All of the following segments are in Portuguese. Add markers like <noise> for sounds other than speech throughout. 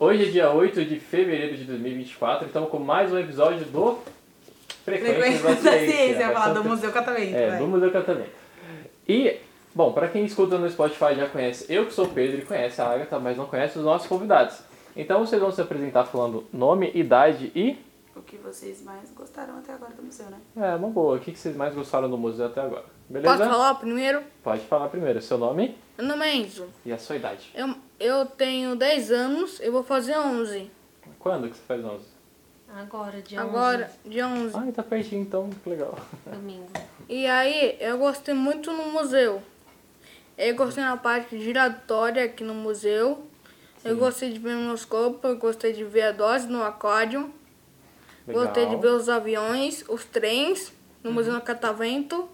Hoje é dia 8 de fevereiro de 2024, estamos com mais um episódio do Frequências Frequência da ciência, eu ia falar do Museu Catavento. É, do Museu Catavento. E, bom, para quem escuta no Spotify já conhece, eu que sou o Pedro e conhece a Agatha, mas não conhece os nossos convidados. Então vocês vão se apresentar falando nome, idade e... O que vocês mais gostaram até agora do museu, né? É, uma boa, o que que vocês mais gostaram do museu até agora? Beleza? Posso falar primeiro? Pode falar primeiro, seu nome Meu nome é Enzo. e a sua idade. Eu, eu tenho 10 anos, eu vou fazer 11. Quando que você faz 11? Agora, dia Agora, de 11. Ah, tá pertinho então, que legal. <laughs> 11, domingo. E aí, eu gostei muito no museu. Eu gostei na parte giratória aqui no museu. Eu gostei de ver o minoscopo, eu gostei de ver a dose no aquário. legal. Uhum. Gostei de ver os aviões, os trens no Museu do Catavento.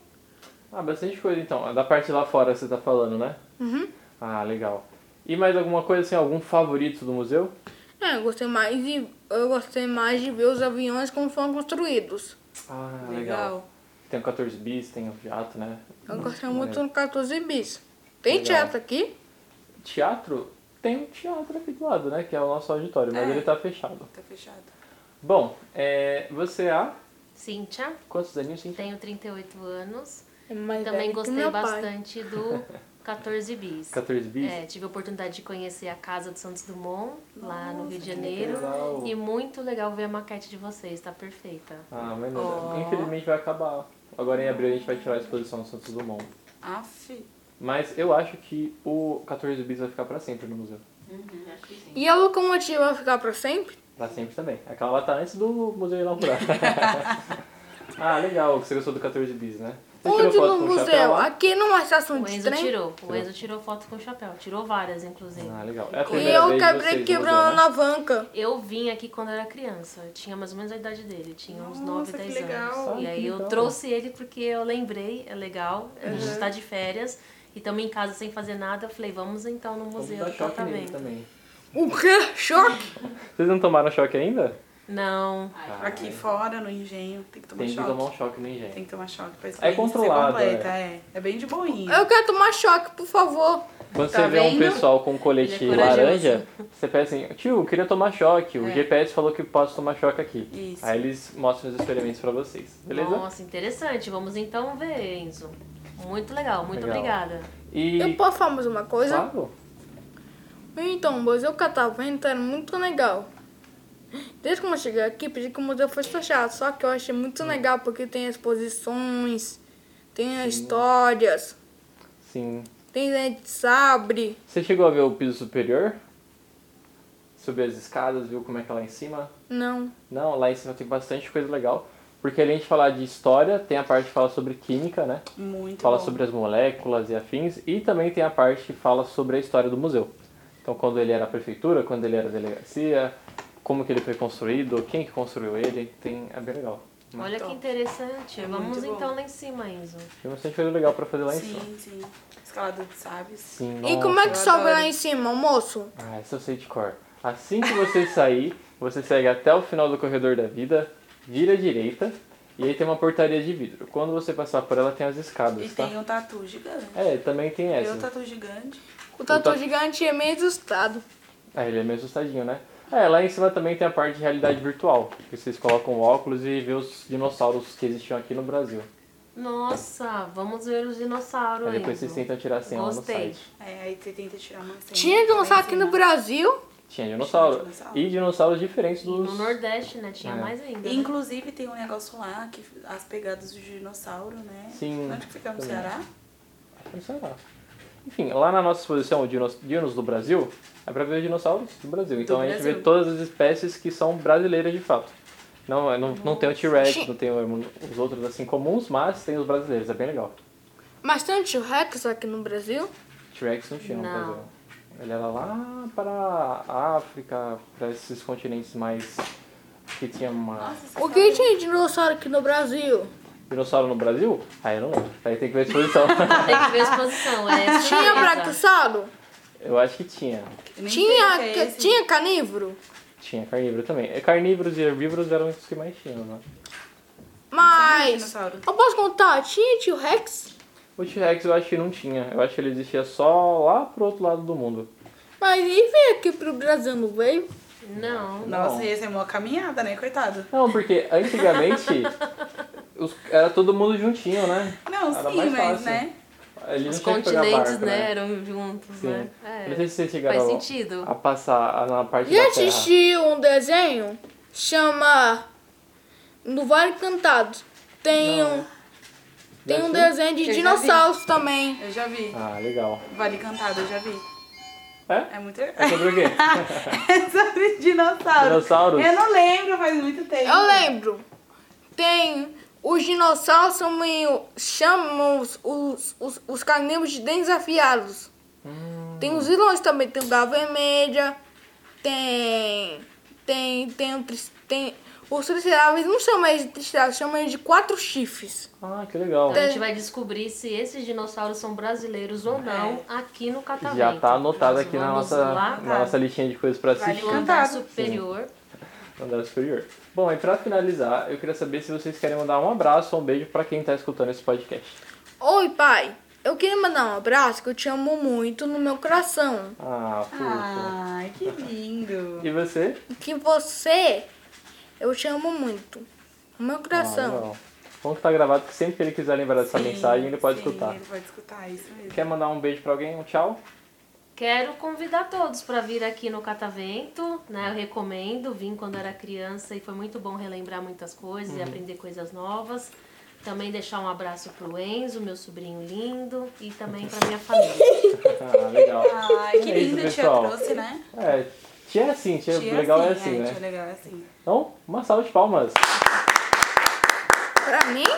Ah, bastante coisa então. Da parte lá fora você tá falando, né? Uhum. Ah, legal. E mais alguma coisa assim, algum favorito do museu? É, eu gostei mais de. Eu gostei mais de ver os aviões como foram construídos. Ah, Legal. Tem o 14 bis, tem o jato, né? Eu gostei maneiro. muito no 14 bis. Tem Legal. teatro aqui? Teatro? Tem um teatro aqui do lado, né? Que é o nosso auditório, mas É. ele tá fechado. Tá fechado. Bom, é, você há Cíntia, quantos aninhos? assim? Cintia? tenho 38 anos. É mais Também velho que gostei meu pai. bastante <laughs> do 14 bis. 14 bis? É, tive a oportunidade de conhecer a casa do Santos Dumont, lá no Rio de Janeiro. legal. E muito legal ver a maquete de vocês, tá perfeita. Ah, mas Ó. infelizmente vai acabar. Agora em abril a gente vai tirar a exposição do Santos Dumont. Aff. Mas eu acho que o 14 bis vai ficar pra sempre no museu. E a locomotiva vai ficar pra sempre? Pra sempre também. Aquela lá tá antes do museu inaugurar. ah, legal, que você gostou do 14 bis, né? Você tirou Onde foto no com o chapéu museu? Ah, lá? Aqui numa estação O de Enzo trem. tirou. O Enzo tirou foto com o chapéu. Tirou várias, inclusive. Ah, legal. É a E primeira eu vez de quebrei vocês no quebrando a museu, né? alavanca. Eu vim aqui quando era criança. Eu tinha mais ou menos a idade dele. Tinha uns 9, Nossa, que 10 legal. anos. Ah, E que aí eu legal. trouxe ele porque eu lembrei, é legal. A gente Uhum. está de férias e também em casa sem fazer nada. Eu falei, vamos então no Vamos museu dar do choque nele tratamento. também. O quê? Choque? Vocês não tomaram choque ainda? Não. Aqui fora, no engenho, tem que tomar Ah, é. Tem que choque. tomar um choque no engenho. Tem que tomar choque pra É controlado, ser completa, é. É bem de boinha. Eu quero tomar choque, por favor. Quando Tá você vê um vendo? pessoal com um colete Ele é corajoso. laranja, você pensa assim, tio, eu queria tomar choque. O GPS falou que posso tomar choque aqui. Isso. Aí eles mostram os experimentos pra vocês, beleza? Nossa, interessante. Vamos então ver, Enzo. Muito legal, muito Legal. obrigada. E. Eu posso falar mais uma coisa? Claro. Então, o Museu Catavento era muito legal. Desde que eu cheguei aqui, pedi que o museu fosse fechado. Só que eu achei muito Hum. legal porque tem exposições, tem histórias, Sim. tem gente de sabre. Você chegou a ver o piso superior? Subir as escadas, viu como é que é lá em cima? Não. Não, lá em cima tem bastante coisa legal. Porque além de falar de história, tem a parte que fala sobre química, né? Muito fala bom. sobre as moléculas e afins, e também tem a parte que fala sobre a história do museu. Então, quando ele era a prefeitura, quando ele era a delegacia, como que ele foi construído, quem que construiu ele, tem, é bem legal. Olha que interessante. É vamos muito bom. então lá em cima, Enzo. Tem bastante coisa legal pra fazer lá em cima. Sim, sim. Escalada de sabes. Sim, E nossa. como é que eu sobe adoro. lá em cima, moço? Ah, essa eu sei de cor. Assim que você <laughs> sair, você segue até o final do corredor da vida, vira à direita, e aí tem uma portaria de vidro. Quando você passar por ela, tem as escadas, E tá? tem um tatu gigante. É, também tem Tem um essa. tatu gigante. O tatu ta- gigante é meio assustado. Ah, ele é meio assustadinho, né? É, lá em cima também tem a parte de realidade virtual, que vocês colocam óculos e vê os dinossauros que existiam aqui no Brasil. Nossa, vamos ver os dinossauros. Aí depois Enzo. vocês tentam tirar a senha lá no Gostei. site. É, aí você tenta tirar uma senha. Tinha que lançar Vai aqui no ensinar. Brasil. Tinha dinossauro. dinossauro. E dinossauros diferentes E no dos. Nordeste, né? Tinha É. mais ainda. né? Inclusive tem um negócio lá, que as pegadas do dinossauro, né? Sim. Onde que fica no Também. Ceará? Não sei lá. Enfim, lá na nossa exposição, o Dinos, Dinos do Brasil, é pra ver os dinossauros do Brasil. Então a gente Brasil. vê todas as espécies que são brasileiras de fato. Não, é, não, não tem o T-Rex, Sim. não tem o- os outros assim comuns, mas tem os brasileiros, é bem legal. Mas tem um T-Rex aqui no Brasil. T-Rex não tinha no Não. Brasil. Ele era lá para a África, para esses continentes mais. que tinha uma. O que tinha de dinossauro aqui no Brasil? Dinossauro no Brasil? Aí eu não lembro. Aí tem que ver a exposição. Tem que ver a <laughs> exposição, é. Tinha surpresa. brachiosauro? eu acho que tinha. Eu nem sei o Tinha, que é ca- esse. tinha canívoro? Tinha carnívoro também. É, Carnívoros e herbívoros eram os que mais tinham, né? Mas. Dinossauro. Eu posso contar? Tinha tio Rex? O T-Rex eu acho que não tinha. Eu acho que ele existia só lá pro outro lado do mundo. Mas ele veio aqui pro Brasil, não veio? Não. assim, Nossa, ia ser uma caminhada, né? Coitado. Não, porque <laughs> antigamente os, era todo mundo juntinho, né? Não, Era sim, mais mas, fácil. né? Ele Os não tinha que pegar continentes, barco, né, eram juntos, Sim. né? Não sei É. se vocês chegaram Faz a- sentido. a passar a- na parte Já da terra. assisti um desenho chama No Vale Encantado. Tem um, tem Já um assistiu? desenho de Eu já vi. dinossauros também. Eu já vi. Ah, legal. Vale Cantado, eu já vi. É? <laughs> É muito... <laughs> É sobre <laughs> o quê? É sobre dinossauros. Dinossauros? Eu não lembro, faz muito tempo. Eu lembro. Tem os dinossauros são meio chamam os, os, os, os carnívoros de desafiados. Tem os vilões também, tem o da vermelha, tem tem tem o tris- tem os triceráveis não chamam eles de triceráveis, chamam eles de quatro chifres. Ah, que legal. Então a gente vai descobrir se esses dinossauros são brasileiros ou não aqui no Catavento. Já tá anotado Nós aqui na vamos nossa, Lá, na nossa listinha de coisas pra Vale assistir. no Cantado. andar superior. Andar superior. Bom, e pra finalizar, eu queria saber se vocês querem mandar um abraço ou um beijo pra quem tá escutando esse podcast. Oi, pai. Eu queria mandar um abraço que eu te amo muito no meu coração. Ah, fofo. Ai, que lindo. E você? E Que você eu te amo muito. No meu Ah, coração. legal. Bom que tá gravado, que sempre que ele quiser lembrar dessa Sim, Tá mensagem, ele pode sim, escutar. Ele pode escutar, isso mesmo. Quer mandar um beijo pra alguém? Um tchau? Quero convidar todos para vir aqui no Catavento, né? Eu recomendo, vim quando era criança e foi muito bom relembrar muitas coisas e Uhum. aprender coisas novas. Também deixar um abraço pro Enzo, meu sobrinho lindo, e também pra minha família. Ah, legal. <laughs> Ai, que É isso, lindo, tia pessoal. trouxe, né? É, tia é assim, tia, Tia legal é assim, é, né? Tia legal é assim. Então, uma salva de palmas. Pra mim?